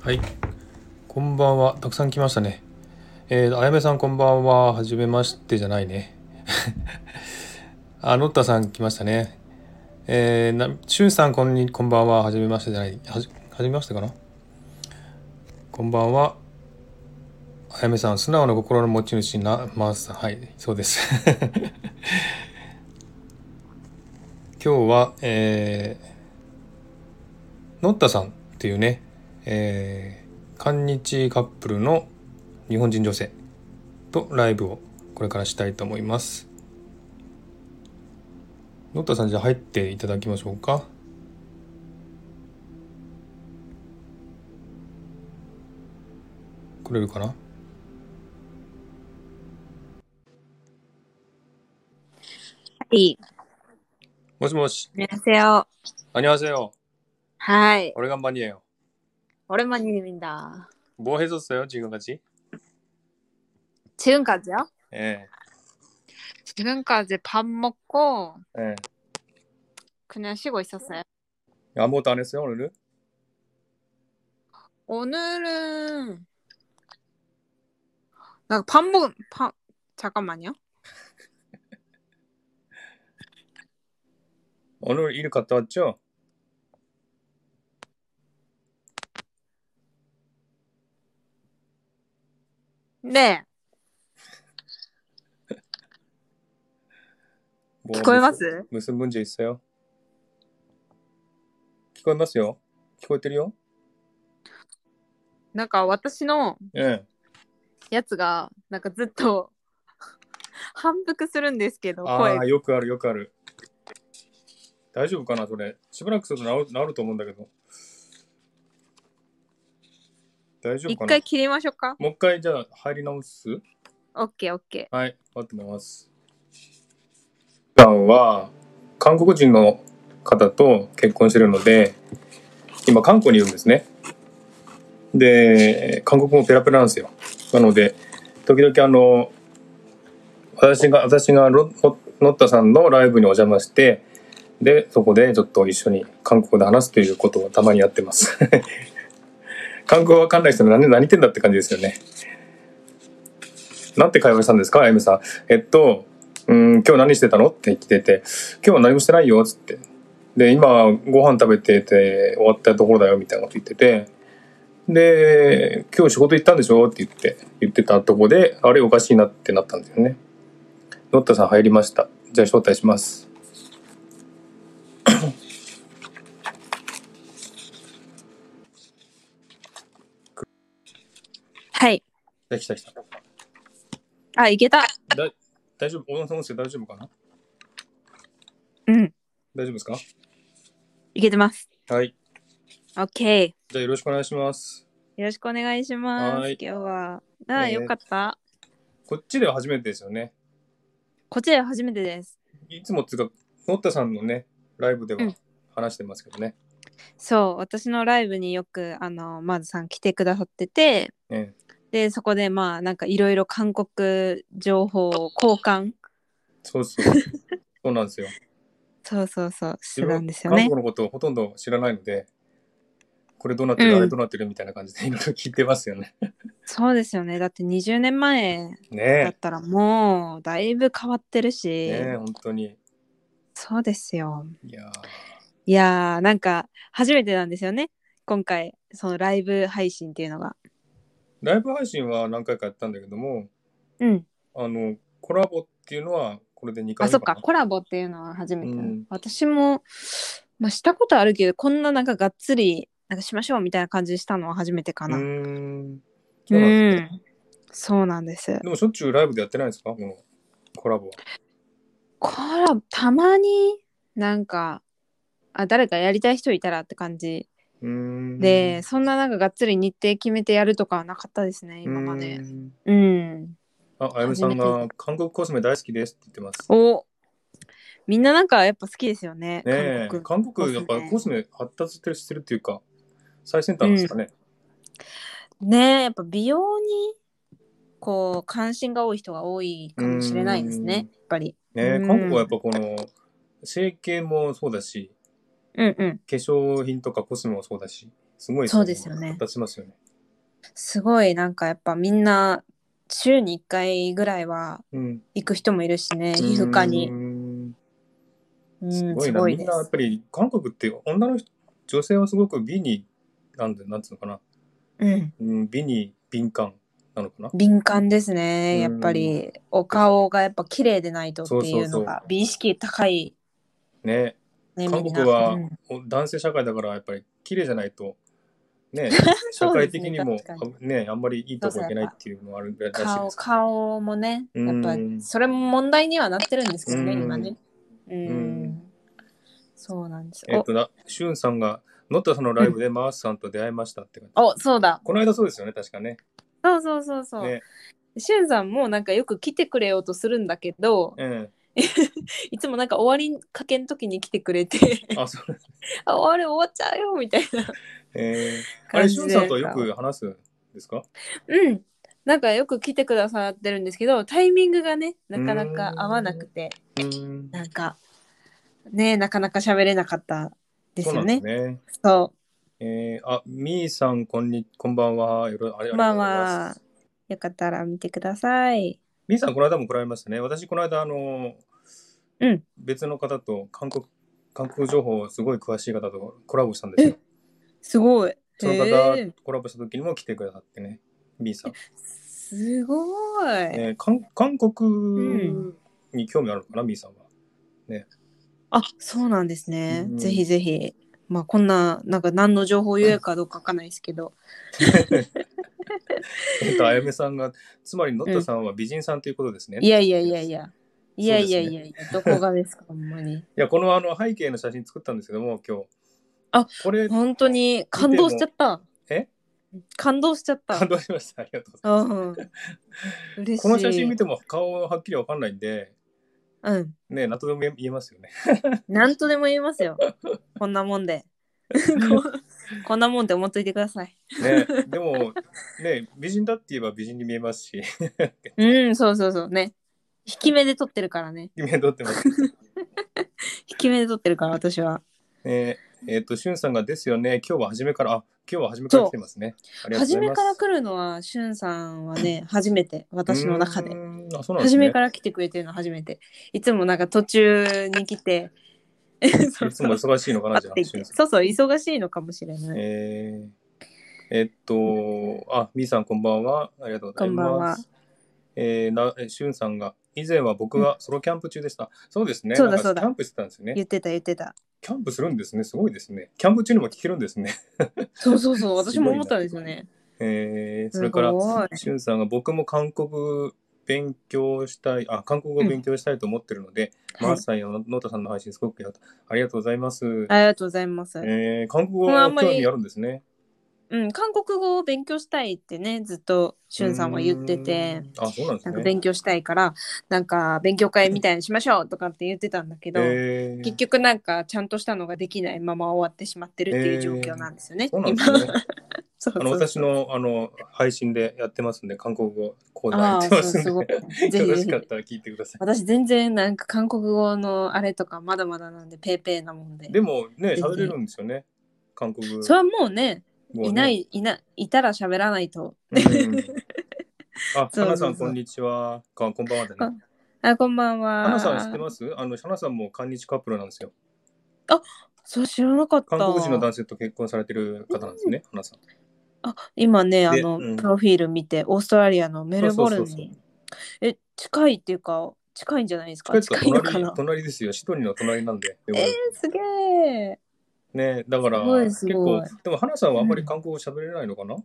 はい。こんばんは。たくさん来ましたね。えー、あやめさんこんばんは。はじめましてじゃないね。 あ、のったさん来ましたね。えー、な、しゅうさんこんに、こんばんは。はじめましてじゃない。はじ、はじめましてかなこんばんは。あやめさん、素直な心の持ち主な、まーすさん。はい、そうです。 今日は、えー、のったさんっていうね、えー、韓日カップルの日本人女性とライブをこれからしたいと思います。のったさんじゃあ入っていただきましょうか。来れるかなはい。もしもし、 안녕하세요。あにわせよ。はい。 오래간만이에요. 오랜만입니다。 뭐 했었어요 지금까지? 지금까지요? 예, 지금까지 밥 먹고 예. 그냥 쉬고 있었어요. 아무것도 안 했어요 오늘은? 오늘은 나 밥 먹은 밥 잠깐만요. 오늘 일 갔다 왔죠? 네. 뭐 聞こえます? 무슨 문제 있어요?聞こえますよ?聞こえてるよ?なんか私の 예.やつがなんかずっ と反復するんですけど、声ああ、よくあるよくある。大丈夫かなそれ。しばらくするとなる治ると思うんだけど。大丈夫一かな回切りましょうか。もう一回じゃあ入り直すオッケーオッケはい、待ってます。普段は韓国人の方と結婚してるので、今韓国にいるんですね。で、韓国語ペラペラなんですよ。なので、時々あの、私が、私がロロノッタさんのライブにお邪魔して、で、そこでちょっと一緒に韓国語で話すということをたまにやってます。 韓国語わかんない人に何何言ってんだって感じですよね。なんて会話したんですかあやめさん。えっと、うん、今日何してたのって来てて、今日は何もしてないよ、つって。で、今、ご飯食べてて、終わったところだよ、みたいなこと言ってて、で、今日仕事行ったんでしょって言って、言ってたとこで、あれおかしいなってなったんですよね。ノッタさん入りました。じゃあ招待します。ー。はい。来た来た来あ、いけた。た。だ大丈夫音声大丈夫かなうん。大丈夫ですかいけてます。はい。オッケー。じゃあよろしくお願いします。よろしくお願いします。はい今日は。ああ、えーよかった。こっちでは初めてですよね。こちら初めてです。いつもつうか、ノッタさんのね、ライブでうはん話してますけどね。そう、私のライブによく、あの、まずさん来てくださってて、ええ、で、そこで、まあ、なんかいろいろ韓国情報を交換。そう そう。そうなんですよ。そうそうそう、し自てた分んですよね韓。国のことをほとんど知らないので、これどうなってる、うんあれどうなってるみたいな感じでいろ いろ聞いてますよね。そうですよね。だって20年前だっねたらもう、だいぶ変わってるえ、し、ねえ、本当に。そうですよ。いやいやー、なんか、初めてなんですよね。今回、そのライブ配信っていうのが。ーライブ配信は何回かやったんだけども、うん。あの、コラボっていうのはこれで2回目あ、かそなっか、コラボっていうのは初めてうだ。ん私も、まあ、したことあるけど、こんななんかがっつり、なんかしましょうみたいな感じしたのは初めてかうな。ーうん。ん。そうなんですねそうなんです。でもしょっちゅうライブでやってないんですかこのコラボは。コラボ、たまになんか、あ、誰かやりたい人いたらって感じうーん。で、そんななんかがっつり日程決めてやるとかはなかったですね、今まうで。ーんうん。あ、あやめさん初が韓国コスメ大好きですって言ってます。おみんななんかやっぱ好きですよね、ねえ、韓韓国。国、やっぱコスメ発達してるしてるっていうか、最先端ですかね。ねえやっぱ美容にこう関心が多い人が多いかもしれないですねうんやっぱりねえうん韓国はやっぱこの、整形もそうだし、うんうん化粧品とかコスメもそうだし、すごいそうですよね立ちますよね。すごいなんかやっぱみんな週に1回ぐらいはうん。行く人もいるしね皮膚科にう。んうんすすごいな、ごいみんでなやっす。ぱり韓国って女の人女性はすごく美になんでなんつうのかな、うんうん、美に敏感なのかな。敏感ですうんねやっぱりお顔がやっぱ綺麗でないとっていうそうのそうそが美意識高いね、ねみ韓んな国はうんお男性社会だからやっぱり綺麗じゃないと。ね、社 そう会ですね的にも確かにねあんまりいいとこいけないっていうのはあるらしいです顔顔もねやっぱうんそれも問題にはなってるんですけどねうん今ねううんんそうなんですえっとな、シュンさんが、ノッタさんのライブでマースさんと出会いましたって感じ。おおそうだこの間そうですよね、確かね。そうそうそうそうね、しゅんさんもなんかよく来てくれようとするんだけどえいつもなんか終わりかけん時に来てく れてえあ、 そう。あ終わる終わっちゃうよみたいなええあ感れ、じシでュンさんとはよく話すんですかうんなんかよく来てくださってるんですけどタイミングがねなかなか合わなくてうーん。なんかねなかなか喋れなかったですそうなよんでねすね。そうええあ、みーさん、こんに、こんばんは。よろ、あれ、ありがとうござまいあままあす。、よかったら見てください。みーさん、この間も来られましたね。私、この間、あの、うん別の方と、韓国、韓国情報、すごい詳しい方とコラボしたんですよ。すごい。そのへ方え、コラボした時にも来てくださってね。みーさん。すごい。えー、韓韓う国んに興味あるのかな、ミーさんは。 あ、そうなんですね。うんぜひぜひ。まあこんな、なんか何の情報を言えるかどうかわかんないですけど。えっと、あやめさんが、つまりノッタさんは美人さんということですね。いいやいやいやいや。いやいやいやいや、どこがですか、ほん まに。や、このあの背景の写真作ったんですけども、今日。あこれ、本当に感動しちゃった。え感動しちゃった。感動しま した。ありがとうございます。うん。嬉しい。この写真見ても顔ははっきりわかんないんで、うん。ね、なんとでも言え言えますよね。なんとでも言いますよ。こんなも んで。ここんなもんで思っといてください。ね、でも、ね、美人だって言えば美人に見えますし、 うん、そうそうそうね。引き目で撮ってるからね。イメントってます。引き目で撮ってるから私は。えー、えっと、しゅんさんがですよね、今日は初めから、あ、今日は初めから来てますね。ありがとうご初ざいめます。から来るのはしゅんさんは ね、初めて私の中でう。ーん。あ、そうなんです初ね。めから来てくれてるの初めて。いつもなんか途中に 来て、そいうつそもう忙しいのかな、じゃあ会。っていてそうそう、忙しいのかもしれない。えー、えっと、あ、みーさん、こんばんは。ありがとうございます。こんばんはえーな、えしゅんさんが、以前は僕がソロキャンプ中でした。そうですね。そうだなんかそうだキャンプしてたんですよね言。ってた言ってた。キャンプするんですね。すごいですね。キャンプ中にも聞けるんですね。そう そうそう、す私ごいなも思ったんですよね。えー、そすれから、ごい。しゅんさんが、僕も韓国勉強したい、あ、韓国語勉強したいと思ってるので、はいマースさんやノータさんの配信すごくやったありがとうございます。ありがとうございます。えー、韓国語まああんはま興り味あるんですね。うん、韓国語を勉強したいってね、ずっとしゅんさんは言ってて。うーん。あ、そうなんでなすんかね。勉強したいから、なんか勉強会みたいにしましょうとかって言ってたんだけど、えー結局なんかちゃんとしたのができないまま終わってしまってるっていう状況なんですよね。そうなんですね。そうあそうのそう私のあの配信でやってますんで、韓国語講座やあっあてまー、すそうすごん いで、。ぜよひろぜしひか。ったら聞いてくださ私全然なんか韓国語のあれとかまだまだなんでペーペーなもんでい。。でもね、ぜひ喋れるんですよね。韓国語、ね。それはもうね、いなうい、いない、いたら喋らないと。ん。 あ、そうそうそう花さん、こんにちは。かこんばんはだね。あ、こんばんは。花さん知ってますあの、花さんも韓日カップルなんですよ。そう、知らなかった。韓国人の男性と結婚されてる方なんですね、花さん。あ、今ね、あでの、うんプロフィール見て、オーストラリアのメルボルンに。そうそうそうえ、近いっていうか、近いんじゃないです近かいですか近いのか隣な隣ですよ。シドニーの隣なんで。えー、すげえ。ねだからすごい結すご構いでも花さんはあんまり韓国語喋れないのかな、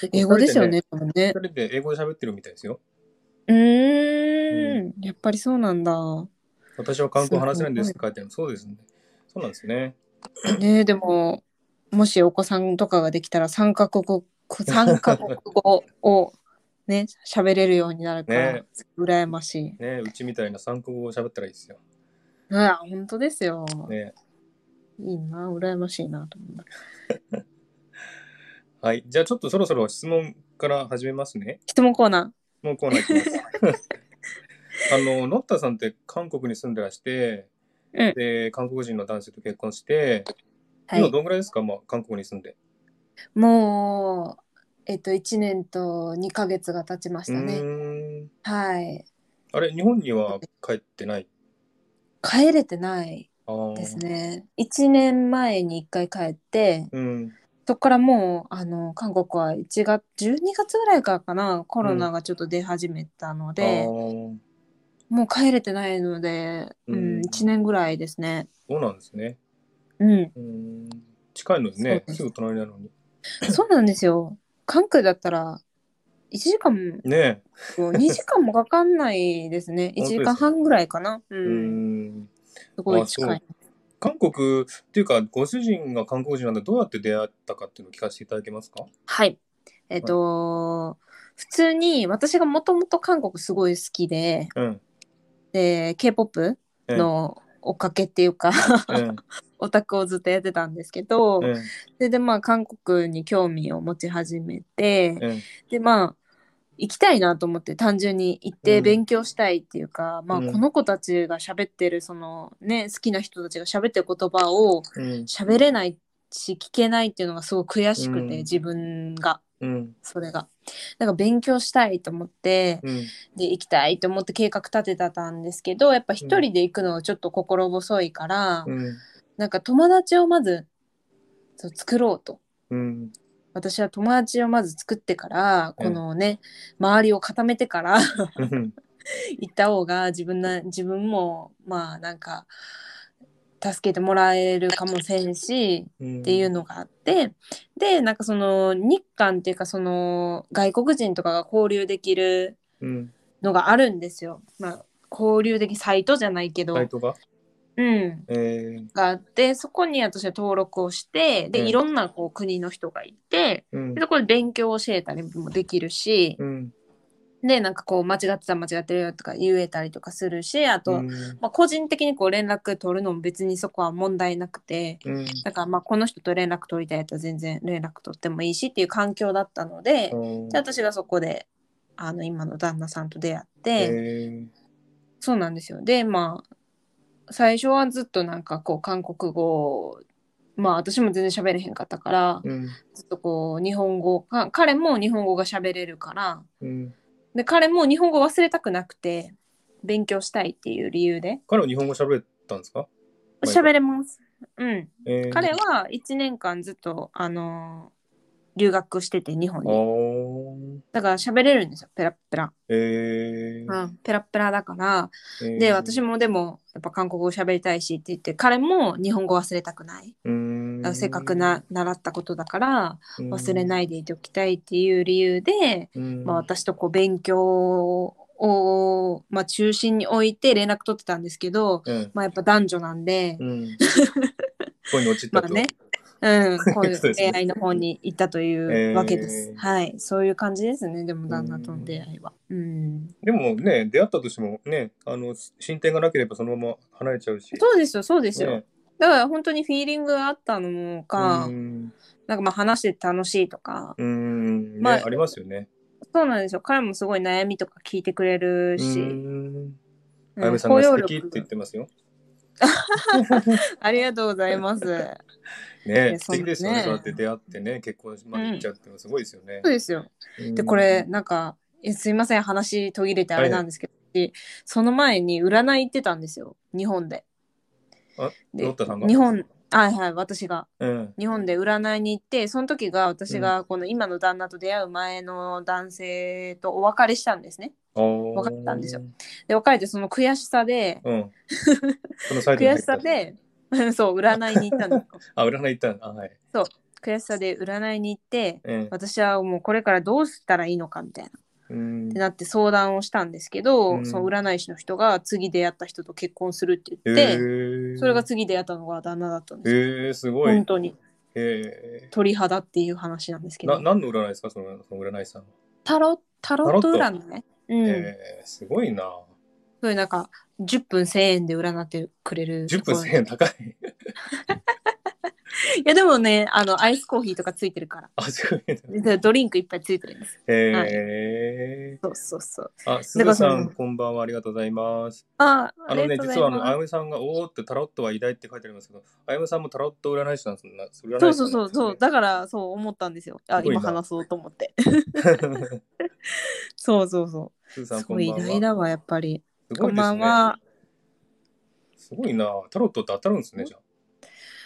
結構英語ですよね、多分二ね。人で英語で喋ってるみたいですようーん、やっぱりそうなんだ。私は韓国話せないんですって書いてあるそうですねそうなんですねねえでも、もしお子さんとかができたら、三カ 国語、三カ国語をね、喋れるようになるから、ね羨ましい。ねうちみたいな韓国語を喋ったらいいですようわ、本当ですよ。ねいいな、羨ましいなと思った。はいじゃあちょっとそろそろ質問から始めますね質問コーナー。質問コーナーいきます あのノッタさんって韓国に住んでらして、うんで韓国人の男性と結婚して、はい今どんぐらいですか、まあ、韓国に住んでもう、えっと、1年と2ヶ月が経ちましうたね。ーん。はい。あれ、日本には帰ってない。帰れてないああ。ですね。1年前に1回帰って、うん。そこからもう、あの、韓国は1月、12月ぐらいからかな、コロナがちょっと出始めたので、ああ。もう帰れてないので、ううんん、1年ぐらいですね。そうなんですね。うん。うーん。近いのにそうね、ですすぐ隣なのに。そうなんですよ。韓国だったら、1時間もね2時間もかかんないですね。1時間半ぐらいかな。う。え。うんーん。すごい近あい。韓国っていうか、ご主人が韓国人なんで、どうやって出会ったかっていうのを聞かせていただけますかはい。えっ、と、普通に私がもともと韓国すごい好きで、 うん。で、K-POP の追っかけっていうか、 うん。オタクをずっとやってたんですけど、うん。それでまあ韓国に興味を持ち始めて、うん。でまあ行きたいなと思って単純に行っうてん勉強したいっていうか、まあうんこの子たちが喋ってるそのね好きな人たちが喋ってる言葉をうん。喋れないし聞けないっていうのがすごく悔しくて、うん自分がうん。それが。だから勉強したいと思ってうん。で行きたいと思って計画立ててたんですけどやっぱ一人で行くのはちょっと心細いから、うん。なんか友達をまずそう作ろうと。うん。私は友達をまず作ってからうんこのね、周りを固めてから うん。行った方が自分な自分もまあなんか助けてもらえるかもせんしうん。っていうのがあってでなんかその日韓っていうかその外国人とかが交流できるうん。のがあるんですよ。まあ交流的サイトじゃないけど、サイトがうん、えー、があってそこに私は登録をしてで、うんいろんなこう国の人がいてうんで。そこで勉強を教えたりもできるし、うん。でなんかこう間違ってた間違ってるよとか言えたりとかするしあと、うん。まあ、個人的にこう連絡取るのも別にそこは問題なくてうん。だからまあこの人と連絡取りたいやったら全然連絡取ってもいいしっていう環境だったので、で私がそこであの今の旦那さんと出会って、えそうなんですよでまあ最初はずっとなんかこう韓国語をまあ私も全然喋れへんかったからー、うん。ずっとこう日本語か彼も日本語が喋れるからうん。で彼も日本語忘れたくなくて勉強したいっていう理由で彼は日本語喋れたんですかはい喋れます。うん、えー、彼は1年間ずっとあのー留学してて日本あにーだから喋れるんですよペラッペラ、えーうん、ペラッペラだからえー、で私もでもやっぱ韓国語喋りたいしって言って彼も日本語忘れたくないだからもせっかくな習ったことだから忘れい、ないでいておきたいっていう理由で、うんまあ、私とこう勉強を、まあ、中心に置いて連絡取ってたんですけど、うんまあ、やっぱ男女なんで、うん、恋に落ちたまとあね、 うん、こういそうでうすね恋愛の方に行ったといえーうわけです。はい、そういう感じですね、でも旦那との出会いは。うん、でもね出会ったとしてもねあの進展がなければそのまま離れちゃうしそうですよ、そうですよ。ねだから本当にフィーリングがあったのか、うんなんかまあ話してて楽しいとか、うん、ねまああ、りますよねそうなんですよ、彼もすごい悩みとか聞いてくれるし、うんうあやめさん包が容素力敵って言ってますよありがとうござ います。ねや素そん敵なですよねねそうやって出会ってね結婚まで行っちゃうってのはすごいですよねそう、ですよ。うんで、これ、なんか、えすいません、話途切れてあれなんですけど、その前に占い行ってたんですよ、日本で。あでロッタさんが日本、はいはい、私が。うん日本で占いに行って、その時が私がこの今の旦那と出会う前の男性とお別れしたんですね。分かったんですよで、別れてその悔しさで、 うんそのサイトに悔入っしたさで、 そう、占いに行ったんですよ。あ占い行ったんあはい悔しさで占いに行って、うん私はもうこれからどうしたらいいのかみたいな。うんってなって相談をしたんですけど、うんその占い師の人が次出会った人と結婚するってへ言って、ーそれが次出会ったのが旦那だったんですよ、えー、すごい本。当にえ鳥肌っていう話なんですー、けなど何の占いですかそのその占い師さんは。タロタロットタロ占いねうん、えー、すごいな。そういうなんか10分1000円で占ってくれる10分1000円高い。いやでもねあのアイスコーヒーとかついてるから あ、すごいね。でドリンクいっぱいついてるんですへそうそうそうーあ、すずさだからそん、のこんばんは。ありがとうございます。あああのね、りが実とうは、ごあの、ざいますあやめさんが、おーってタロットは偉大って書いてありますけど、あやめさんもタロット占い師なんですね。占い師そなうんそうそうそうだからそう思ったんですよあすごいな今話そうと思って ですねそうそうそ すずうさん、すこごいん偉ばん大は。だわやっぱりすごこいんでばすんね。はすごいな。タロットって当たるんですね、じゃあ。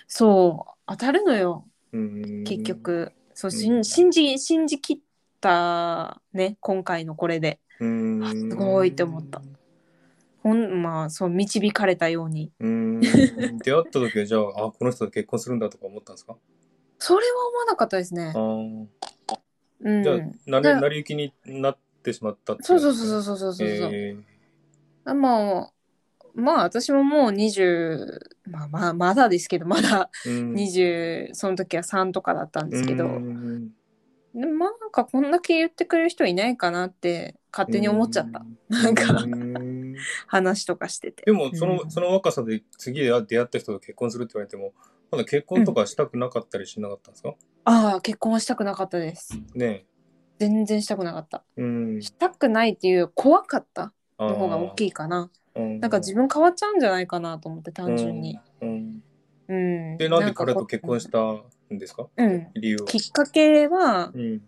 そう当たるのようーん結。局そううしん信じ信じ切ったね今回のこれでうーんあすごいって思ったほんまあそう導かれたようにうーん。出会った時は、じゃあ、あ、この人と結婚するんだとか思ったんですかそれは思わなかったですねあーうじゃあ、んなだり、なりゆきになってしまったっていそうことそですねうそうそうそうそうそう、えーあまあまあ私ももう20まあまあまだですけどまだうん20その時は3とかだったんですけど、うんでもまあなんかこんだけ言ってくれる人いないかなって勝手に思っちゃった、。うなんかん話とかしててでもそうのんその若さで次出会った人と結婚するって言われてもまだ結婚とかしたくなかったりしなかったんですか、ああ結婚はしたくなかったですね全然したくなかったえ。うん。したくないっていう怖かったの方が大い。きいかなうんなんか自分変わっちゃうんじゃないかなと思って単純に、うんうんでなんで彼と結婚したたんですかうん理由はきっかけはうん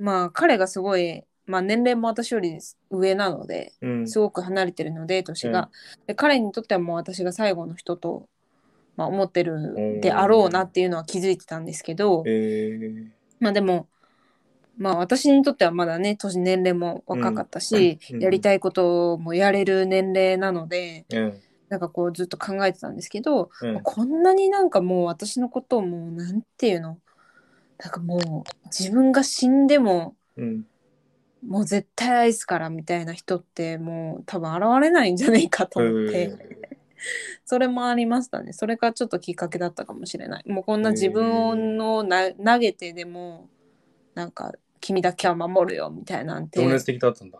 まあ彼がすごい、まあ、年齢も私より上なのでうんすごく離れてるので年が、で彼にとってはもう私が最後の人と、まあ、思ってるであろうなっていうのは気づいてたんですけど、えーまあでもまあ私にとってはまだね年年齢も若かったし、うんうんやりたいこともやれる年齢なのでうんなんかこうずっと考えてたんですけど、うんまあこんなになんかもう私のことをもうなんていうのなんかもう自分が死んでもうんもう絶対愛すからみたいな人ってもう多分現れないんじゃないかと思って、それもありましたねそれがちょっときっかけだったかもしれないもうこんな自分をな投げてでもなんか君だけは守るよみたいなんて情熱的だったんだ、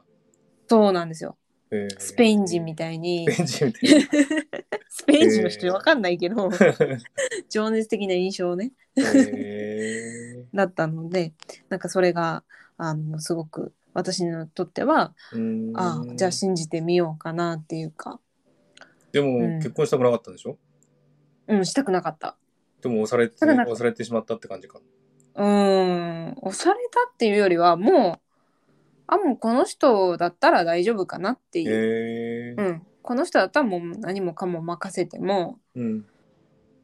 そうなんですよえースペイン人みたいにスペイン人みたいスペイン人の人へーわかんないけど情熱的な印象をねなえだったのでなんかそれがあのすごく私にとってはーうん ああじゃあ信じてみようかなっていうかでも、うん結婚したくなかったんでしょうんしたくなかったでも押されてただなんか押されてしまったって感じかうーん押されたっていうよりはもうあもうこの人だったら大丈夫かなっていう、へえうん、この人だったらもう何もかも任せても、うん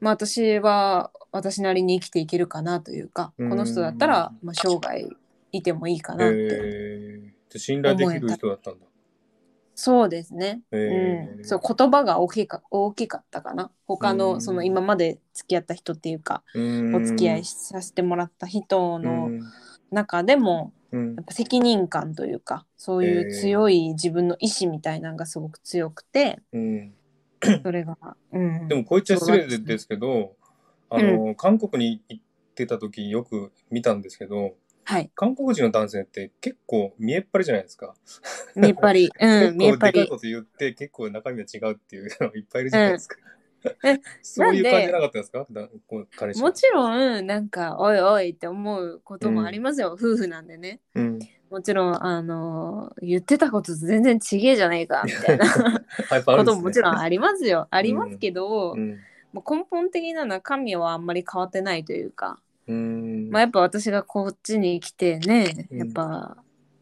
まあ、私は私なりに生きていけるかなというかうこんの人だったらまあ生涯いてもいいかへなって、えじゃあ信頼できる人だったんだそうですね、へえうん、そう言葉が大きか大きかったかな他うのんその今まで付き合った人っていうかおお付き合いさせてもらった人の中でうも、んやっぱ責任感というかそういう強い自分の意志みたいなのがすごく強くて、うんそれが、うん、でもこいつは失礼でですけどあの、韓国に行ってた時よく見たんですけどはい韓国人の男性って結構見えっ張りじゃないですか、見えっ張 り、うん、見えっ結構でか張いりこと言って結構中身が違うっていうのがいっぱいいるじゃないですか、うんえ そういうなんで感じなかったですかだこう彼氏はもちろんなんかおいおいって思うこともありますよ、夫婦なんでねうん、もちろんあのー言ってたことと全然違えじゃないかみたいなハイパーあるんこですとねももちろんありますよありますけど、うんもう根本的な中身はあんまり変わってないというか、うんまあ、やっぱ私がこっちに来てねうんやっぱ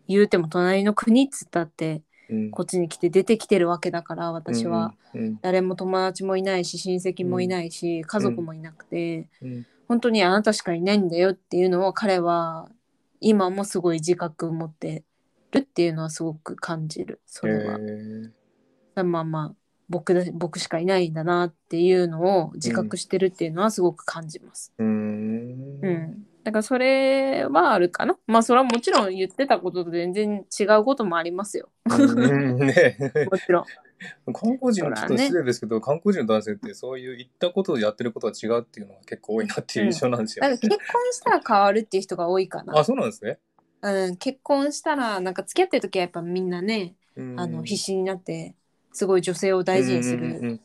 言うても隣の国っつったってうんこっちに来て出てきてるわけだから私は、うん誰も友達もいないし親戚もいないし、家族もいなくて、うん本当にあなたしかいないんだよっていうのを彼は今もすごい自覚持ってるっていうのはすごく感じるそれは、へまあまあ僕だ僕しかいないんだなっていうのを自覚してるっていうのはすごく感じます、ーうんうんだからそれはあるかなまあそれはもちろん言ってたことと全然違うこともありますようんね もちろん韓国人のちょっそらとね失礼ですけど、韓国人の男性ってそういう言ったことをやってることは違うっていうのが結構多いなっていう印象なんですよだかね、ら結婚したら変わるっていう人が多いかなあ、そうなんですね。うん、結婚したらなんか付き合ってる時はやっぱみんなね、あの必死死になってすごい女性を大事にすうんうんるうん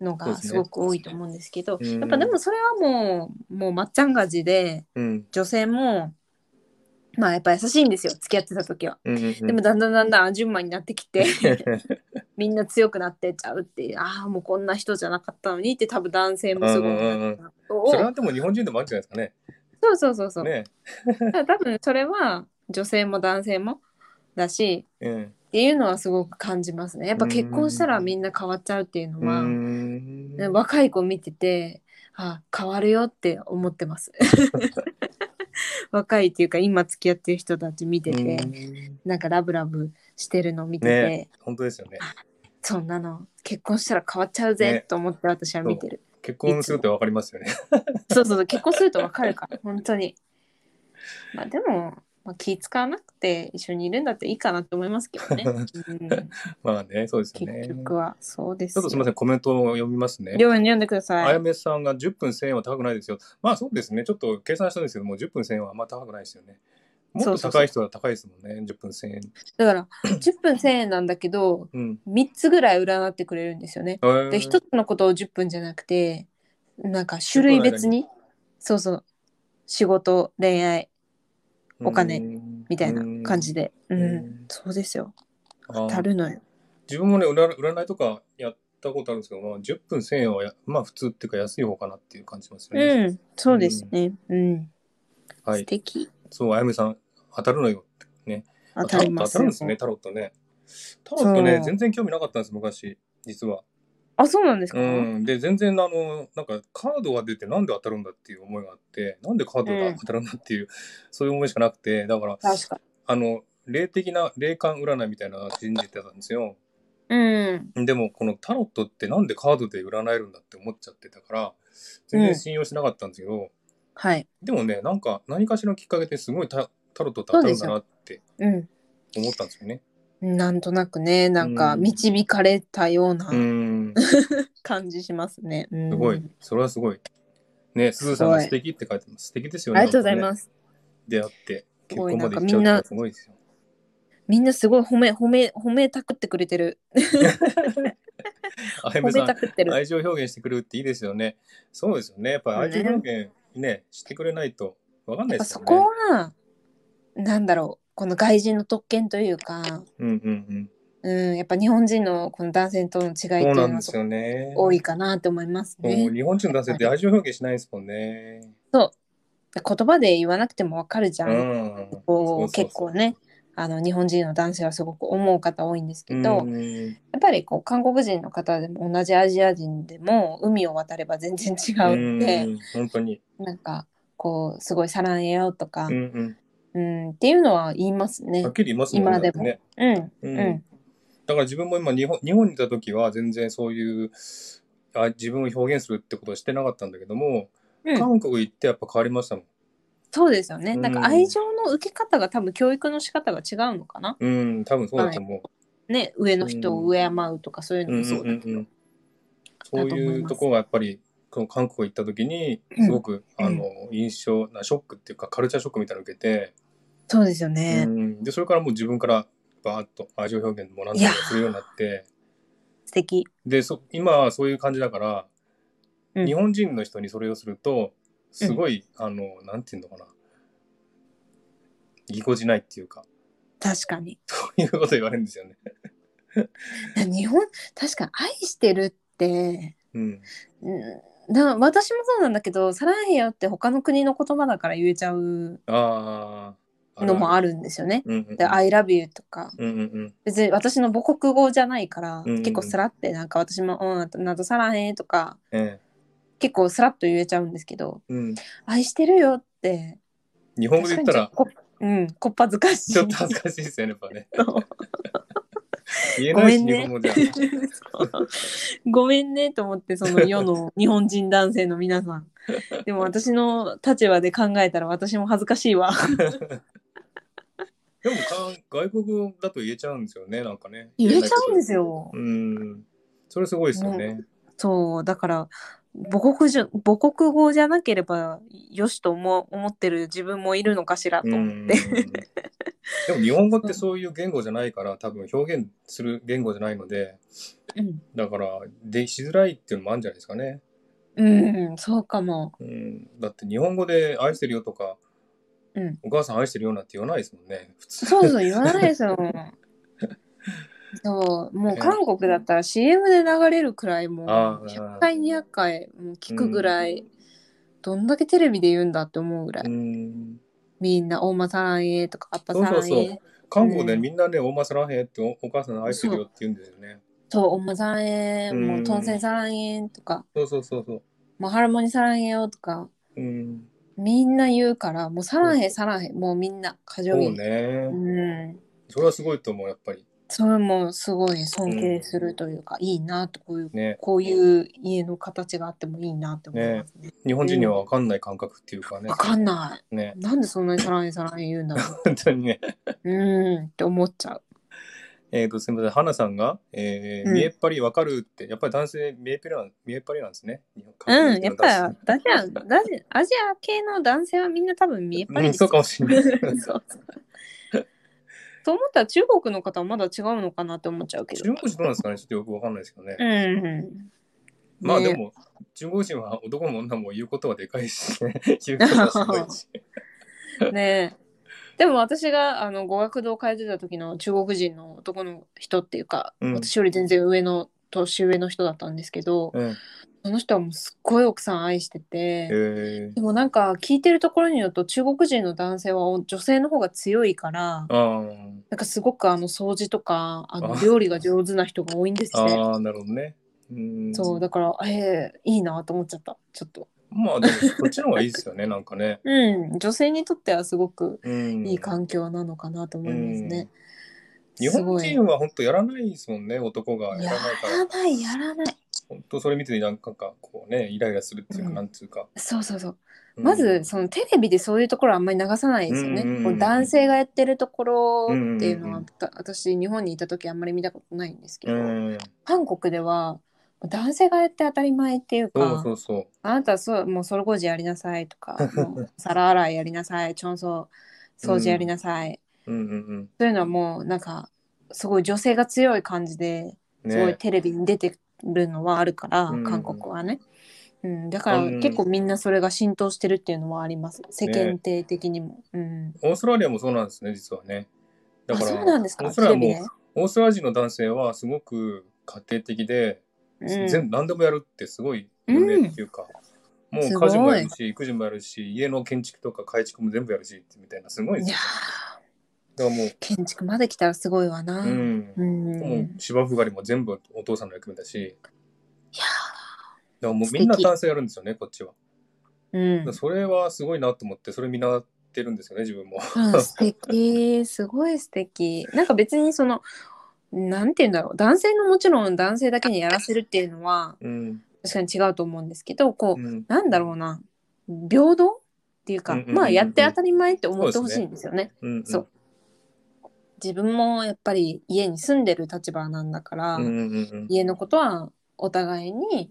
のそうがですねすごく多いと思うんですけどうんやっぱでもそれはもうもうまっちゃんがじでうん女性もまあやっぱ優しいんですよ付き合ってた時は。うんうんうんでもだんだんだんだん順番になってきて みんな強くなってっちゃうっていうああもうこんな人じゃなかったのにって多分男性もすごい思ったことをそれはでも日本人でもあるんじゃないですかね。そうそうそうそう、ね。だから多分それは女性も男性もだしうん。っていうのはすごく感じますねやっぱ結婚したらみんな変わっちゃうっていうのは、うんね若い子見ててあ変わるよって思っ てます若いっていうか今付き合ってる人たち見てて、うんなんかラブラブしてるの見てて、ね本当ですよね。そんなの結婚したら変わっちゃうぜ、ねと思って私は見てる結婚するってわかりますよね。 そうそうそう結婚するとわかるから本当にまあでも、まあ、気使わなくて一緒にいるんだっていいかなと思いますけどね、うん、 まあね、そうですよね。ち結局はそうですょっとすみません、コメントを読みますね。両に読んでくだあさやいめさんが10分1000円は高くないですよ。まあそうですね。ちょっと計算したんですけども、10分1000円はあんま高くないですよね。もっと高い人は高いですもんね、10分1000円。だから10分1000 円なんだけどうん。 3つぐらい占ってくれるんですよねえーで1つのことを10分じゃなくてなんか種類別にそうそう仕事恋愛お金みたいな感じで。でうう、んんそうですよあたーるのよ自分もね、占占いとかやったことあるんですけど、まあ、10分1000円はやまあ普通っていうか安い方かなっていう感じしますようね。んそうですねうん、は素い。敵そう、あやめさん、当たるのよって。当たりまあ当すたるんよですね、タロットね。タロットそね、う全然興味なかったんです、昔、実は。あそうなんですか、うん、で全然あのなんかカードが出てなんで当たるんだっていう思いがあってなんでカードうがん当たるんだっていう、 そういう思いしかなくてだから確かあの霊的な霊感占いみたいなのを信じてたんですようんでもこのタロットってなんでカードで占えるんだって思っちゃってたから全然信用しなかったんですけど、はいでもねなんか何かしらのきっかけですごいタタロットって当たるんだなってうん思ったんですよね。なんとなくねなんかうん導かれたよううなん感じしますね、うんすごいそれはすごい。ねすずさんが素敵って書いてます素敵ですよあね。りがとうございすます出会ってす結ご婚いまで行っちゃうってのはすごいですよ。みんなすごい褒め褒め褒めたくってくれてるあや褒めさめんたくってる愛情表現してくれるっていいですよね。そうですよね。やっぱり愛情表現ねしてくれないとわかんなやいっぱですそよね。こは、なんだろうこの外人の特権というか、うんうんうん、やっぱ日本人のこの男性との違いってうん。そいううのなんはですすよね。ごく多いかなと思いますそうね。日本人の男性って愛情表現しないですもんね。言葉で言わなくてもわかるじゃ。うんん。こうそうそうそう結構ねあの日本人の男性はすごく思う方多いんですけど、うやんっぱりこう韓国人の方でも同じアジア人でも海を渡れば全然違ううんんで、本当に。なんかこうすごい「さらんえよ」とか、ううんんっていうのは言いますうん。ねはっ。きり言いますもん今でもね。うん、ううんんだから自分も今日本日本にいた時は全然そういうあ自分を表現するってことをしてなかったんだけども、うん韓国行ってやっぱ変わりましたもん。そうですよね。なんうかん愛情の受け方が多分教育の仕方が違うのかな。うん、多分そうだと思う。ね、上の人を敬うとかそういううんのうもんうそうだんうん、けど。そういうとこがやっぱりこの韓国行った時にうんすごく、うんあの印象なショックっていうかカルチャーショックみたいなのを受けて、そうですようね。ん、でそれからもう自分からバーッと愛情表現もなんだいやりーするようになって素敵。でそ今はそういう感じだから、うん日本人の人にそれをするとすごい、あのなんていうのかなぎこちないっていうか確かに。そういうこと言われるんですよね。日本、確かに愛してるって、うん、うん、な私もそうなんだけど、サランヘヨって他の国の言葉だから言えちゃうあーあのもああるんですよね。る。うんうんで、I love you とか。うんうん別に私の母国語じゃないから、うん結構スラってなんか私も、うん、などサランヘヨとか、うんええ結構スラッと言えちゃうんですけど、うん愛してるよって、日本語で言ったら確かにちょっとこうん、こっぱずかしい。ちょっと恥ずかしいですよね、やっぱね。そう言えごなめいし、ん日ね本語では。。そうごめんねと思って、その世の日本人男性の皆さん。でも私の立場で考えたら私も恥ずかし いわ。でもか、外国語だと言えちゃうんですよね、なんかね。言えちゃうんですよ。よ。うん。それすごいですよね。そう、だから、母国じゅ母国語じゃなければよしと思思ってる自分もいるのかしらとう思んっでて。も日本語ってそういう言語じゃないから多分表現する言語じゃないのでうん、だからでしづらいっていうのもあるんじゃないですかね、うん、そうかも。うん、だって日本語で「愛してるよ」とか、うんお母さん愛してるよ」なんて言わないですもんね普通そうそう、言わないです よ。そう、もう韓国だったら CM で流れるくらいもうあー100回200回もう聞くぐらい、どんだけテレビで言うんだって思うぐらい、うんみんな「大間さらんえ」とか「あっぱさらんえ」そそうそうそう韓国でみんなね「おまさらへ」っておお母さん愛してるよって言うんですよねう「大間さらんえ」うんもう「とんせんさらんえ」とかそうそうそうそう「もうハルモニさらんえよ」とかうんみんな言うからもう「さらんへさらんへ」もうみんな過そ剰うに。ねうんそれはすごいと思うやっぱりそれもすごい尊敬するというか、いいなとこういうねこういう家の形があってもいいなって思いますね。日本人には分かんない感覚っていうかねわかんなね い。なんでそんなにさらにさらに言うんだろ本当にねう。うーんって思っちゃう。えー、とすみません、花さんが、えーうん見えっぱりわかるって、やっぱり男性見えっぱりなん見えっぱりなんですね。うん、やっぱりり、だけは、だけアジア系の男性はみんな多分見えっぱりうでん、すそうよ。かもしれない。 そうそうと思ったら中国の方はまだ違うのかなって思っちゃうけ中ど。国人どうなんですかね、ちょっとよくわかんないですけどね。うんうん。まあねでも、中国人は男も女も言うことはでかいしね、言うことはすごい し。ねえ。でも私があの語学堂変えてた時の中国人の男の人っていうか、うん私より全然上の年上の人だったんですけど、うん、その人はもうすっごい奥さん愛してて、えー、でもなんか聞いてるところによると中国人の男性はお女性の方が強いからあーなんかすごくあの掃除とかあのあ料理が上手な人が多いんですね。あー、なるほどね。うんそうだからえー、いいなと思っちゃったちょっと。まあでも、こっちの方がいいですよね、 なんかね。うん女性にとってはすごくうん、いい環境なのかなと思いますね。日す本ごい人は本当やらないですもんね、男がやらやないから。らないやらない。本当それ見てなんかこうねイライラするっていうか、うんなんつうか、そうそうそう。うんまずそのテレビでそういうところはあんまり流さないですよね。うんうんうんこう男性がやってるところっていううんうのんうはんた私日本にいた時あんまり見たことないんですけうど、ん韓国では男性がやって当たり前っていうそうかそうそあなたはそうもうソルゴジやりなさいと かもう皿洗いやりなさいチョンソー掃除やりなさい、ううんうんそういうのはもうなんかすごい女性が強い感じでうんすごいねテレビに出てるのはあるから、うん韓国はね、うん、だからうん結構みんなそれが浸透してるっていうのはあります世間体的にも、うんオーストラリアもそうなんですね実はねだあからそうなんですオかーストテラリレアビもで、オーストラリア人の男性はすごく家庭的で、うん、全部何でもやるってすごい運命っていうか、もう家事もやるし育児もやるし家の建築とか改築も全部やるしみたいなすごいでいすやよ、ーね、だからもう、建築まで来たらすごいわな、うんうんもう芝生狩りも全部お父さんの役目だしだかいやらもうみんな素敵男性やるんですよねこっちは。ーだからそれはすごいなと思ってそれ見習ってるんですよね自分も。うん、うん、素敵すごい素敵なんか別にそのなんて言うんだろう男性のもちろん男性だけにやらせるっていうのはうん確かに違うと思うんですけどこう、うんなんだろうな平等っていうか、うんうんうんうんまあやって当たり前って思ってほしいんですよね。うんそう自分もやっぱり家に住んでる立場なんだから、うんうん家のことはお互いに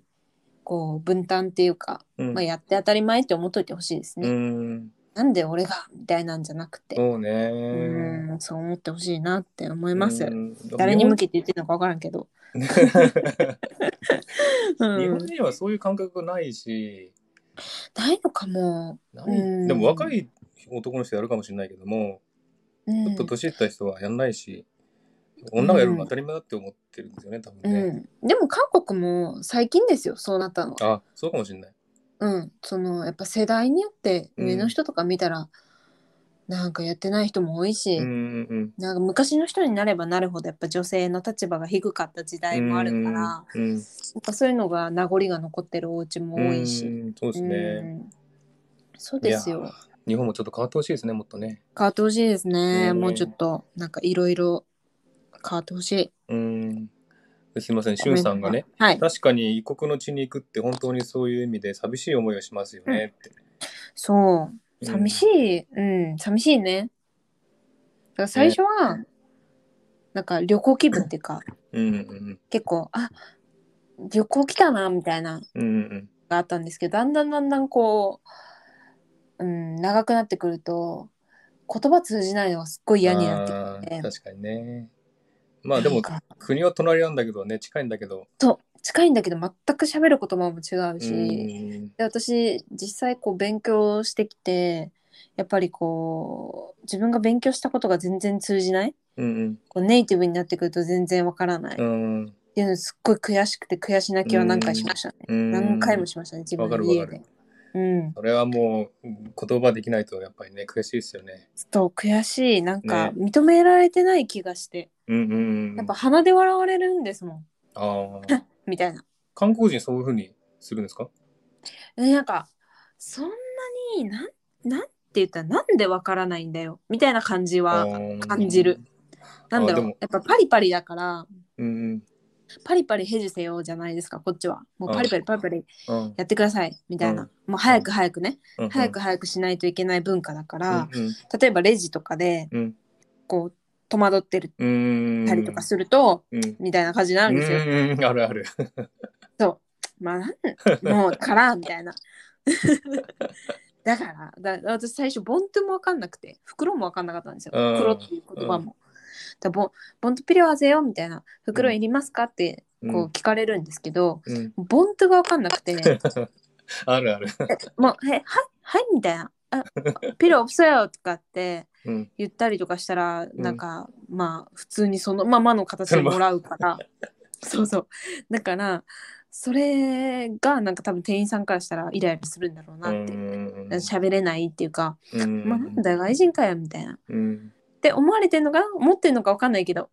こう分担っていうか、うんまあ、やって当たり前って思っといてほしいですうね。んなんで俺がみたいなんじゃなくて、そうね。うんそう思ってほしいなって思います。うん誰に向けて言ってるのか分からんけど。 日う本日本ん、人はそういう感覚ないし、ないのかも。ないうんでも若い男の人やるかもしれないけども、うんちょっと年いった人はやんないし、女がやるのが当たり前だって思ってるんですよね多分うね。ん、でも韓国も最近ですよそうなったのはあそうかもしれない。うん、そのやっぱ世代によってうん上の人とか見たら、なんかやってない人も多いし、うんうんうんなんか昔の人になればなるほどやっぱ女性の立場が低かった時代もあるから、やうんうんっぱそういうのが名残が残ってるお家も多いし、うんそうですね。うんそうですいよや日本もちょっと変わってほしいですねもっとね。変わってほしいですね、うんもうちょっとなんかいろいろ変わってほしい。うん。すみません、しゅんさんがね、はい、確かに異国の地に行くって本当にそういう意味で寂しい思いをしますよねって。そううん寂しい、うん、寂しいね。だから最初は、なんか旅行気分っていうか、うんうん結構、あ旅行来たな、みたいな、うんうんがあったんですけどだんだんだんだんこう、うん、長くなってくると言葉通じないのがすっごい嫌になってあくるーんで確かにね。まあでなもん、か国は隣なんだけどね、近いんだけど。そう近いんだけど全く喋る言葉も違ううし、ん。で私実際こう勉強してきてやっぱりこう自分が勉強したことが全然通じないうんこうネイティブになってくると全然わからない、うっん。ていうのすっごい悔しくて悔し泣きは何回しましたね、うん。何回もしましたね自分わかのるわ家かでる。うんそれはもう、言葉できないとやっぱりね、悔しいですよね。ちょっと悔しいなんかね認められてない気がして、うんうんうん。やっぱ鼻で笑われるんですもんああ。みたいな韓国人そういうふうにするんですかえなんかそんなになんなんて言ったらなんでわからないんだよみたいな感じは感じる。なんだあろでうもやっぱパリパリだからうんうん。パリパリヘジせよじゃないですかこっちはもうあパリパリパリパリうんやってくださいみたいな、うんもう早く早くね、うん。早く早くしないといけない文化だかうら、んうん例えばレジとかでうんこう戸惑ってるうん。たりとかすると、うん。みたいな感じになるんですよ、うんうんうん。あるある。そうまあなんもうからみたいな だからだ私最初ボントゥも分かんなくて袋も分かんなかったんですようん袋っていう言葉も、だボンボントゥピリワゼよみたいな袋いりますかってこう聞かれるんですけど、うん。ボントゥが分かんなく てあるある。もう、え、はい、はい、みたいな。あ、ピロー없어요とかってうん。言ったりとかしたら、なんか、まあ、普通にそのままの形でもらうから。 そうそう。だから、それが、なんか多分店員さんからしたらイライラするんだろうなって。うん喋れないっていうか、うんまあ、なんだよ、外人かよ、みたいな。っうん。て思われてんのかな思ってんのかわかんないけど。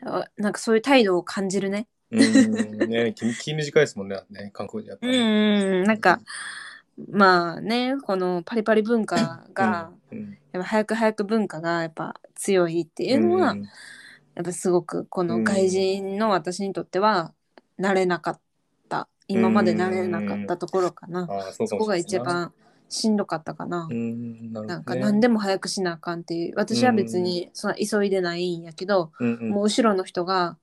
あなんかそういう態度を感じるね。うんね気 気短いですもんね、ね韓国人やったうらんねうんうん、なんか、まあね、このパリパリ文化が、うんやっぱ早く早く文化がやっぱ強いっていうのは、うんやっぱすごくこうのん外人の私にとっては慣れなかった今まで慣れなかったところかな、ああそうかもしれないそこが一番しんどかったかな、うんなるほどねなんか何でも早くしなあかんっていう私は別にその急いでないんやけど、うんうんもう後ろの人が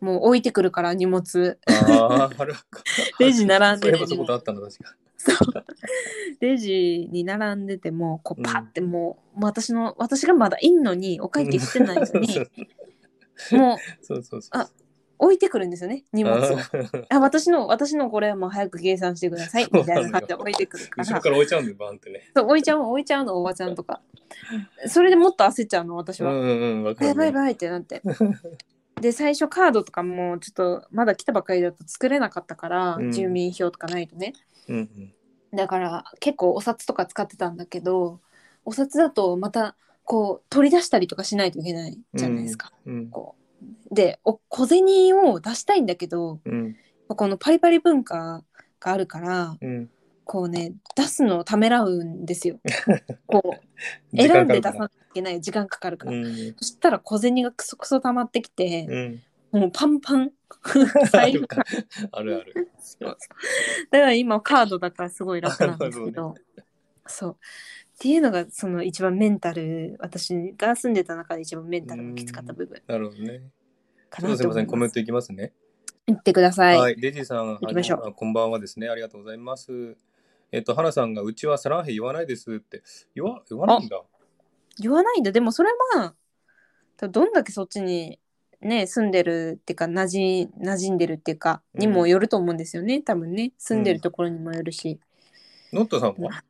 もう置いてくるから荷物ああある レジ並んそうでいるえばそことあったの確かそうレジに並んでてもこうパッてもう,、もう私の私がまだいんのにお会計してないのに、もうそうそうそうあ置いてくるんですよね荷物をあ。ーあ私の私のこれはもう早く計算してくださいみたいな感じで置いてくるから後ろから置いちゃうんでバンってねそう置いちゃうの置いちゃうのおばちゃんとかそれでもっと焦っちゃうの私うは、んうんわかるやばいやいばいってなってで最初カードとかもちょっとまだ来たばかりだと作れなかったから、うん住民票とかないとねうんうんだから結構お札とか使ってたんだけどお札だとまたこう取り出したりとかしないといけないじゃないですか、うんこうでお小銭を出したいんだけどうんこのパリパリ文化があるからうんこうね出すのをためらうんで すよこう時間選かかんでる出かさなきゃいけない時間かかるから、うんうんそしたら小銭がクソクソ溜まってきて、うんもうパンパンあ財布るが あるあるそう だから今カードだからすごい楽 なんですけなるどそうっていうのがその一番メンタル私が住んでた中で一番メンタルがきつかった部分なるほどねかちょっとすみまなと思せいんコメまンすトいきますね言ってください、はい、レジさん、行きましょはうじめあこんばんはですね。ありがとうございます。えっと、花さんが、うちはサランヘ言わないですって、言わ言わないんだ。言わないんだでもそれはどんだけそっちにね住んでるっていうか馴染馴染んでるっていうかうんにもよると思うんですよね、多分ね住んでるところにもよるし、ノットさんうんは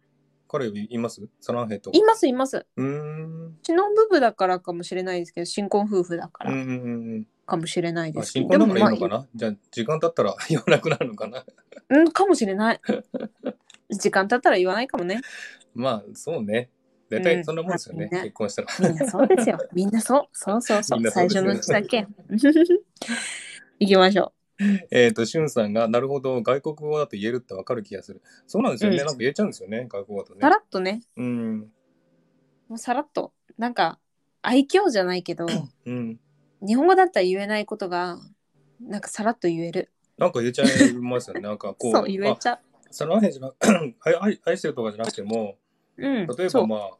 彼いますサランヘと。いますいますううーん。ちの夫婦だからかもしれないですけど新婚夫婦だかうんうらんうんかもしれないうん。であ、すけ新ど、婚だかでもらいいのかなじゃあ、時間経ったら 言わなくなるのかなまあうんかもしれない 時間経ったら言わないかもねまあ、そうね。大う体んそんなもんですよね。まあね結婚したら。みんなそうです よみんなそうそうそうそみうんなそう最です初よのうち だけ行きましょえっと、しゅんさんが、なるほど、外国語だと言えるってわかる気がする。そうなんですよね。うんなんか言えちゃうんですよね、外国語だとうさねら。っとねうん。もうさらっとなんか愛嬌じゃないけどうん。日本語だったら言えないことがなんかさらっと言えるなんか言えちゃいますよね。なんかこう。 そう言えあちゃその辺じゃな 愛愛愛してるとかじゃなくてもう、うん、例えそばうまあ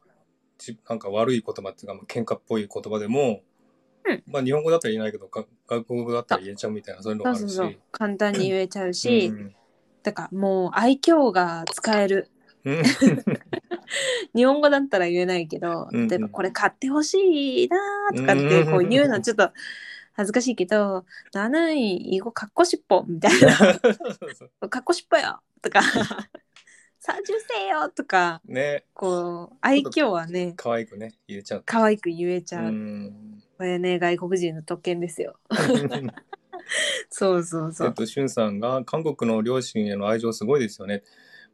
ちなんか悪い言葉っていうか、まあ、喧嘩っぽい言葉でも、うんまあ日本語だったら言えないけどか外国語だったら言えちゃうみたいなそういうのがそうあそるうしそう簡単に言えちゃうし、うんだからもう愛嬌が使えるうん日本語だったら言えないけどうんうん例えばこれ買ってほしいなーとかってこう言うのちょっと恥ずかしいけど「なぬいいごかっこしっぽ」みたい な「かっこしっぽよ」とか 「三十歳よ」とかね、こう愛嬌はね可愛くね、言えちゃう。可愛く言えちゃう、うん。これね外国人の特権ですよそうそう そえっうと、しゅんさんが韓国の両親への愛情すごいですよね。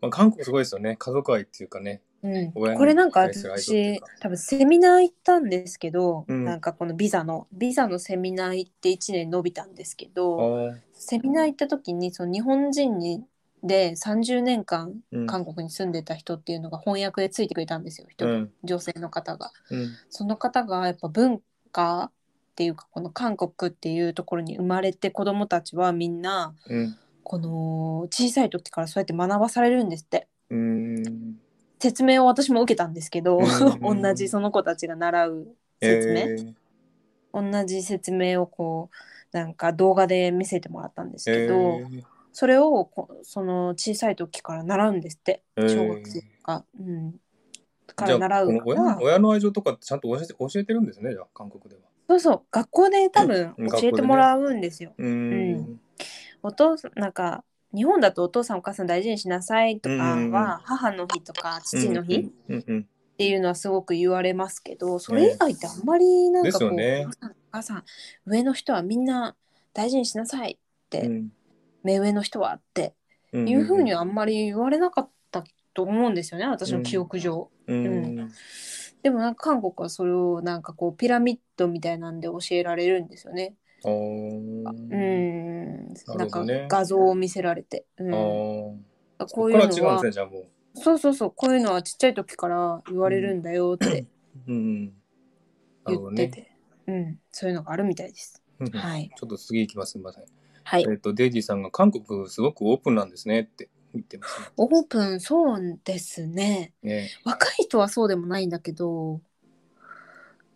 まあ、韓国すごいですよね。家族愛っていうかね。うん、親にこれなんか対する愛情っていう私か多分セミナー行ったんですけど、うんなんかこのビザのビザのセミナー行って1年伸びたんですけあどーセミナー行った時にその日本人にで30年間うん韓国に住んでた人っていうのが翻訳でついてくれたんですよ、う一人ん。女性の方が。うん。その方がやっぱ文化っていうかこの韓国っていうところに生まれて子供たちはみんなうん。この小さい時からそうやって学ばされるんですって。うん。説明を私も受けたんですけど、うん 同じその子たちが習う説明、え同じ説明をこうなんか動画で見せてもらったんですーけど、えそれをこその小さい時から習うんですってー小学生とか、うん、かじゃらあ習うこかのら親親の愛情とかってちゃんと教えて教えてるんですね、じゃあ、韓国では。そうそう学校で多分うん教えてもらうんですよ。うーん。お父さんなんか日本だとお父さんお母さん大事にしなさいとかうんうんうんは母の日とか父の日、うんうんっていうのはすごく言われますけどそれ以外ってあんまりなんかこですう、よねお母さんお母さん上の人はみんな大事にしなさいって、うん目上の人はってうんんいうふうにはあんまり言われなかったと思うんですよね私の記憶上、うんうんでもなんか韓国はそれをなんかこうピラミッドみたいなんで教えられるんですよねあーうんななるんほどかね画像を見せられて、うんあーこういこうっからの違うんはですね、じゃあもう。そうそうそうこういうのはちっちゃい時から言われるんだよってうん。なる言ほどっね。てて、うんそういうのがあるみたいですうんうんはいちょっと次行きます、すみません。はいえっと、デイジーさんが韓国すごくオープンなんですねって言ってますオープンそうですねね。ね若い人はそうでもないんだけど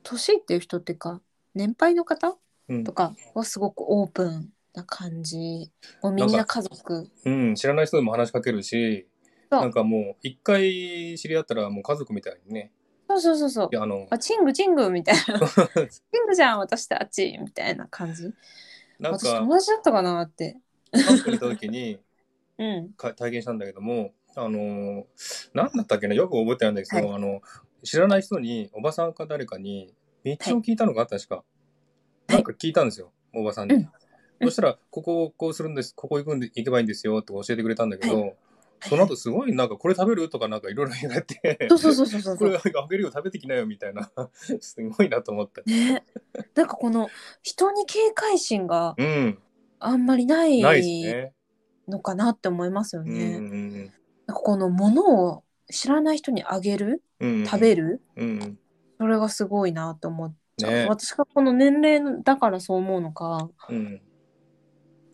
年いっていう人っていうか年配の方うんとかはすごくオープンな感じもうみんな家族うん、知らない人でも話しかけるし、そうなんかもう、一回知り合ったらもう家族みたいにね。そうそうそうそういやあのあ、チングチン グみたいなチングじゃん私たちみたいな感じなん私か、友達だったかなって韓国にいた時に、うんか体験したんだけども、あのー、何だったっけな、よく覚えてないんだけど、はあの、知らない人に、おばさんか誰かに、道を聞いたのがあったしか、いなんか聞いたんですよ、おばさんに。うんそしたら、ここをこうするんです、ここ行くんで行けばいいんですよって教えてくれたんだけど、その後すごいなんか、これ食べるとかなんかいろいろ言われて、そうそうそうそうそうこれあげるよ、食べてきなよみたいな、すごいなと思って。ねなんかこの人に警戒心がうん、あんまりなないいですね。のかなって思いますようんね。うんなんかこの物を知らない人にあげるうんうん、食べる。るうんそれがすごいなと思っちゃう、ね私がこの年齢だからそう思うのかうん、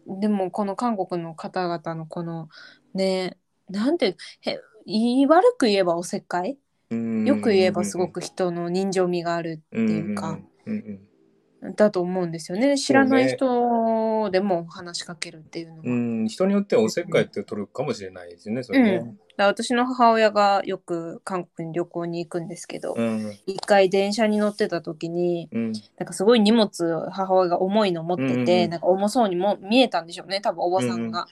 でもこの韓国の方々のこのねなんてへい悪く言えばおせっかいうんよく言えばすごく人の人情味があるっていうか。うんうんうんだと思うんですよね知らない人でも話しかけるっていうのは。うん、人によってはおせっかいって取るかもしれないですね、それね。だから私の母親がよく韓国に旅行に行くんですけどうん、一回電車に乗ってた時にうん、なんかすごい荷物母親が重いの持ってうんて、うんなんか重そうにも見えたんでしょうね多分おばさんが、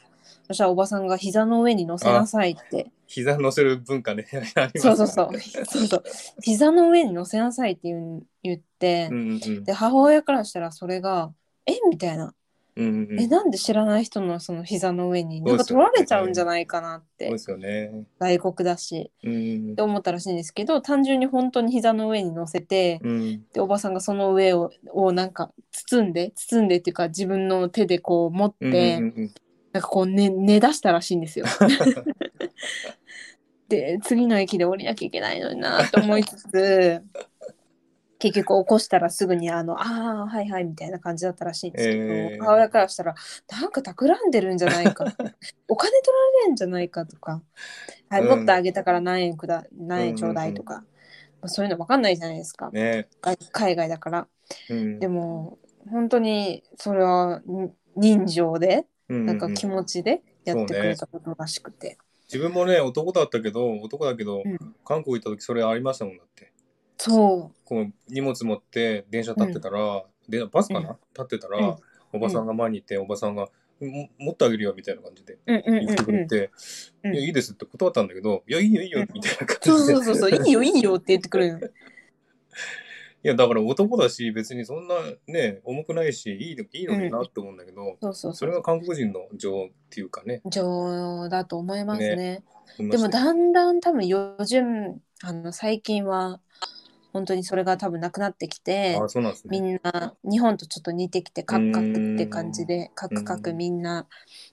そしたらおばさんが膝の上に乗せなさいって膝乗せる文化ね。ありますねそうそうそうそうそう膝の上に乗せなさいって言う言って、うんうんで母親からしたらそれがえみたいな、うんうんうん。えなんで知らない人のその膝の上にそなうんでかすよね取られちゃうんじゃないかなっそうてですよね。外国だしうんって、思ったらしいんですけど単純に本当に膝の上に乗せて、うん、でおばさんがその上ををなんか包んで包んでっていうか自分の手でこう持って、うんうんうんなんかこう寝寝出したらしいんで すよ。で次の駅で降りなきゃいけないのになと思いつつ結局起こしたらすぐにあの「ああはいはい」みたいな感じだったらしいんですけど、えー母親からしたらなんか企んでるんじゃない かお金取られるんじゃないかとか「はい、うんもっとあげたから何円くだ何円ちょうだい」とか、まあ、そういうの分かんないじゃないですか、ね、外海外だから。うん、でも本当にそれはに人情でななんか気持ちでやってくれたことらしくて。自分もね、男だったけど、男だけど、うん韓国行った時それありましたもんだって。そこう荷物持って電車立ってたら、でバスかな、うん立ってたら、うんおばさんが前にいて、おばさんがも持ってあげるよみたいな感じでう。うんうん言ってくうんうれん。て、うんいやいいですって断ったんだけど、いやいいよいいよみたいな感じそうで、そうそうそう、いいよいいよって言ってくれるの。いやだから男だし別にそんなね重くないしいいのいいのになって思うんだけど、そうそそうそれう。が韓国人の情っていうかね情だと思いますねね思いまですもねだんだん多分よ順あの最近は本当にそれが多分なくなってきてあそうなんですみねんな日本とちょっと似てきてカクカクって感じでカんクカクみんな、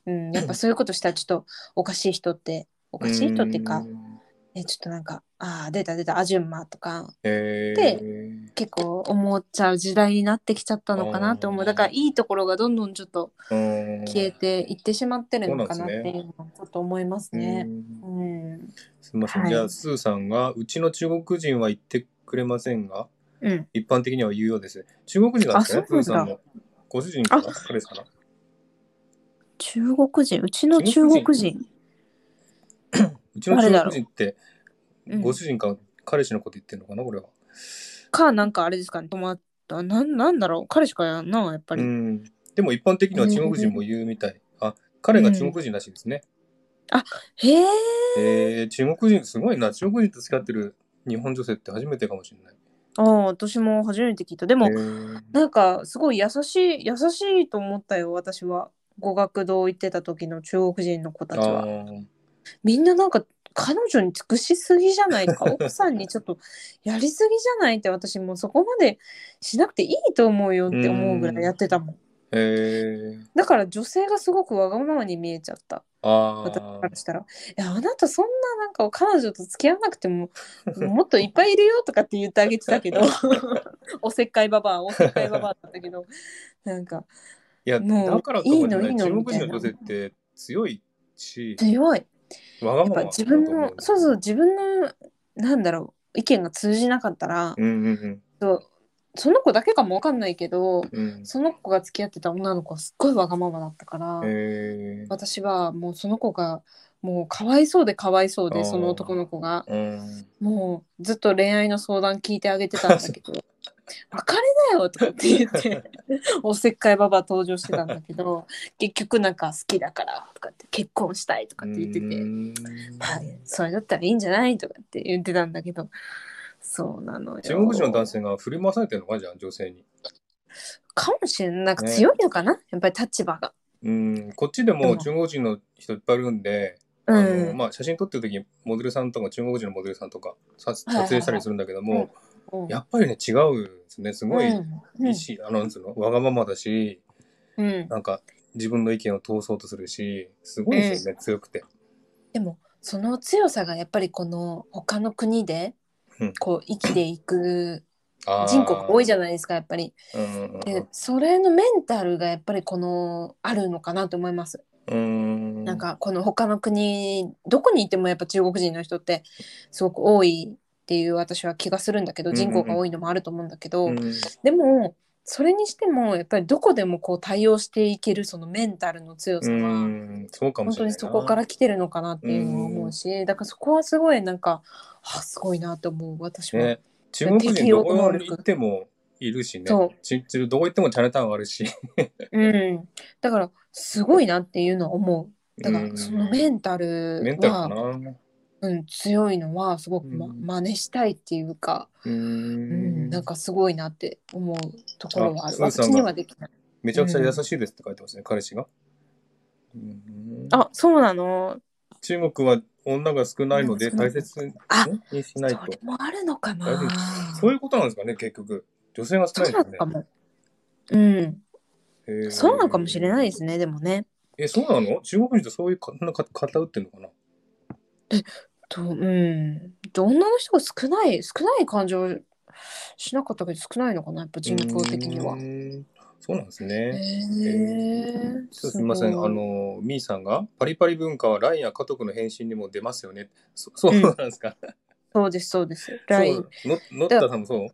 うん、やっぱそういうことしたらちょっとおかしい人っておかしい人っていうかう、んね、ちょっとなんかああ出た出たアジュンマとかへでー結構思っちゃう時代になってきちゃったのかなと思あうーだからいいところがどんどんちょっとうん消えていってしまってるのかなそうっなんてですねいうのはちょっと思いますね。うんうん、すみません、はいじゃあスーさんがうちの中国人は言ってくれませんがうん、一般的には言うようですね中国人なんですかねあスそうなーさんだんのご主人かなあ彼氏かな中国人うちの中国人うちの中国人って誰だろううんご主人か彼氏のこと言ってるのかなこれはかなんかあれですかね友達なんなんだろう彼しかやんなやっぱり、うん、でも一般的には中国人も言うみたい。あ彼が中国人らしいですね。へええー、中国人すごいな。中国人と付き合ってる日本女性って初めてかもしれない。ああ私も初めて聞いたでも、えーなんかすごい優しい優しいと思ったよ私は語学堂行ってた時の中国人の子たちあはーみんななんか彼女に尽くしすぎじゃないと か奥さんにちょっとやりすぎじゃないって私もうそこまでしなくていいと思うよって思うぐらいやってたもんえー、だから女性がすごくわがままに見えちゃったあ私ーからしたら「いやあなたそんななんか彼女と付き合わなく てももっといっぱいいるよ」とかって言ってあげてたけどおせっかいババアおせっかいババアだったけどなんかいやもうだからとかじゃないいいのいいの中国人の女性って強いし、強いわがやままっぱだと自思分んのそうそう。自分のなんだろう意見が通じなかったら、うんうんそうその子だけかもわかんないけどうん。うんその子が付き合ってた女の子はすっごいわがままだったから、えー私はもうその子がもうかわいそうでかわいそうあーでその男の子がうん、もうずっと恋愛の相談聞いてあげてたんだ けど「別れなよ」とかって言っておせっかいババア登場してたんだけど結局なんか好きだからとかって結婚したいとかって言ってて。うんはい、それだったらいいんじゃないとかって言ってたんだけど、そうなのよ。中国人の男性が振り回されてるのかじゃあ女性に。かもしれない。なんかね強いのかな、やっぱり立場が。うん、こっちでも中国人の人いっぱいいるんで、うあのん。まあ、写真撮ってる時にモデルさんとか中国人のモデルさんとかさ撮はいはい影したりするんだけども、うんやっぱりね違うんですねすごい意思、あのなんつうのわがままだしうんうんなんか自分の意見を通そうとするしすごいですよね、強くて。でも、その強さがやっぱりこの他の国でうん、こう生きていくあー人口が多いじゃないですか、やっぱり。うんうんうんで、それのメンタルがやっぱりこの、あるのかなと思います。うんなんかこの他の国どこにいてもやっぱ中国人の人ってすごく多いっていう私は気がするんだけどうんうんう人ん口が多いのもあると思うんだけど、うんでもそれにしてもやっぱりどこでもこう対応していけるそのメンタルの強さうはんそうかも本し当れなにいなそこから来てるのかなっていうのは思うしだからそこはすごいなんかあすごいなと思う私は。ね中国人適ど応こ能に力行ってもいるしねそうちちどこ行ってもチャイナタウンはあるしうん、だからすごいなっていうのは思 う。だかうんらそのメンタルメンタルかは、な。うん、強いのはすごく、ま、うん真似したいっていうか、ううん、んなんかすごいなって思うところはある。あスーさん私がにはできない。めちゃくちゃ優しいですって書いてますね、彼氏が。うんあ、そうなの。中国は女が少ないので少な大い切にあにしそなれいと。もあるのかな大丈。そういうことなんですかね、結局。女性が少なそういなでのすかも。うん、ね。そうなのかもしれないですね。ね、でもね。え、そうなの中国人ってそういうかなんか肩打ってんのかなと、うん、女の人が少ない、少ない感情しなかったけど、少ないのかな、やっぱ人口的にはう。ーんそうなんですね。へえ。ちょっとすみません、あごい、の、みーさんが、パリパリ文化は LINE や家族の返信にも出ますよね。そ そうなんですか、そうです、そうです。そう LINE ののったさんもそう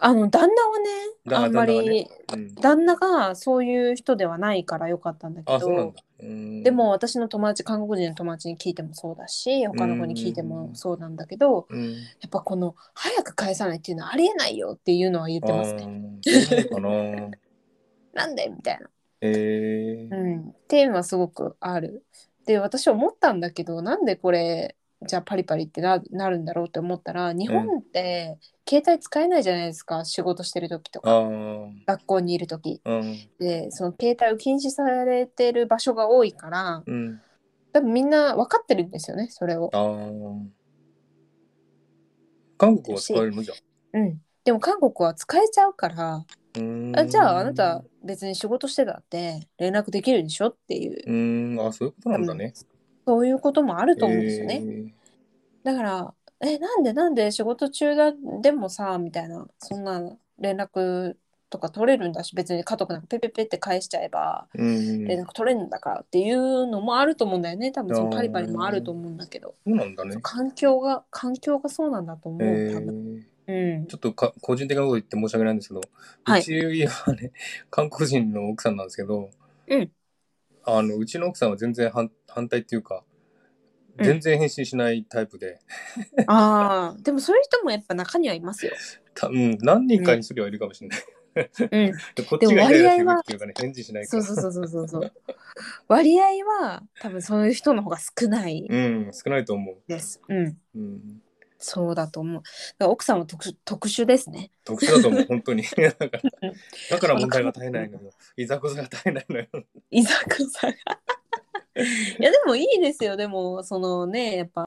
あの旦那はね旦那あんまり旦那旦がね那,、うんがそういう人ではないからよかったんだけあ、そうなんどだ。うんで、も私の友達韓国人の友達に聞いてもそうだし他の子に聞いてもそうなんだけど、うん、やっぱこの早く返さないっていうのはありえないよっていうのは言ってますね。あーそうなのかな。なんでみたいな。えーうん、っていうのはすごくある。で私思ったんだけどなんでこれじゃあパリパリってななるんだろうって思ったら日本って携帯使えないじゃないですか、仕事してる時とあかー学校にいる時うんでその携帯を禁止されてる場所が多いからうん多分みんな分かってるんですよねそれを。あー韓国は使えるのじゃうん、でも韓国は使えちゃうからうーんあじゃああなた別に仕事してたって連絡できるでしょっていううーんあそういうことなんだね。そういうこともあると思うんですよね。ね。だから「えなんでなんで仕事中だでもさ」みたいなそんな連絡とか取れるんだし別に家族なんかペペペって返しちゃえばうん連絡取れるんだからっていうのもあると思うんだよね多分そのパリパリもあると思うんだけどそうなんだね。環境が環境がそうなんだと思えう多分。ーうんちょっとか個人的なこと言って申し訳ないんですけど、はいうちはね、 韓国人の奥さんなんですけど、うんあのうちの奥さんは全然反反対っていうか、うん全然返信しないタイプで、ああでもそういう人もやっぱ中にはいますよ。たうん、何人かにすりはいるかもしれない。うん、 で こっちがイライラするっていうかね、返事しないかそうら。そうそうそうそうそう。割合は多分そういう人の方が少ないうん、少ないと思です。うん、う。うん、そうだと思う。だから奥さんは特殊特殊です ね。特殊だと思う、本 当に。だからだから問題が絶えないのよ。いざこざが絶えないのよ。いざこざが。いやでもいいですよ。でもそのねやっぱ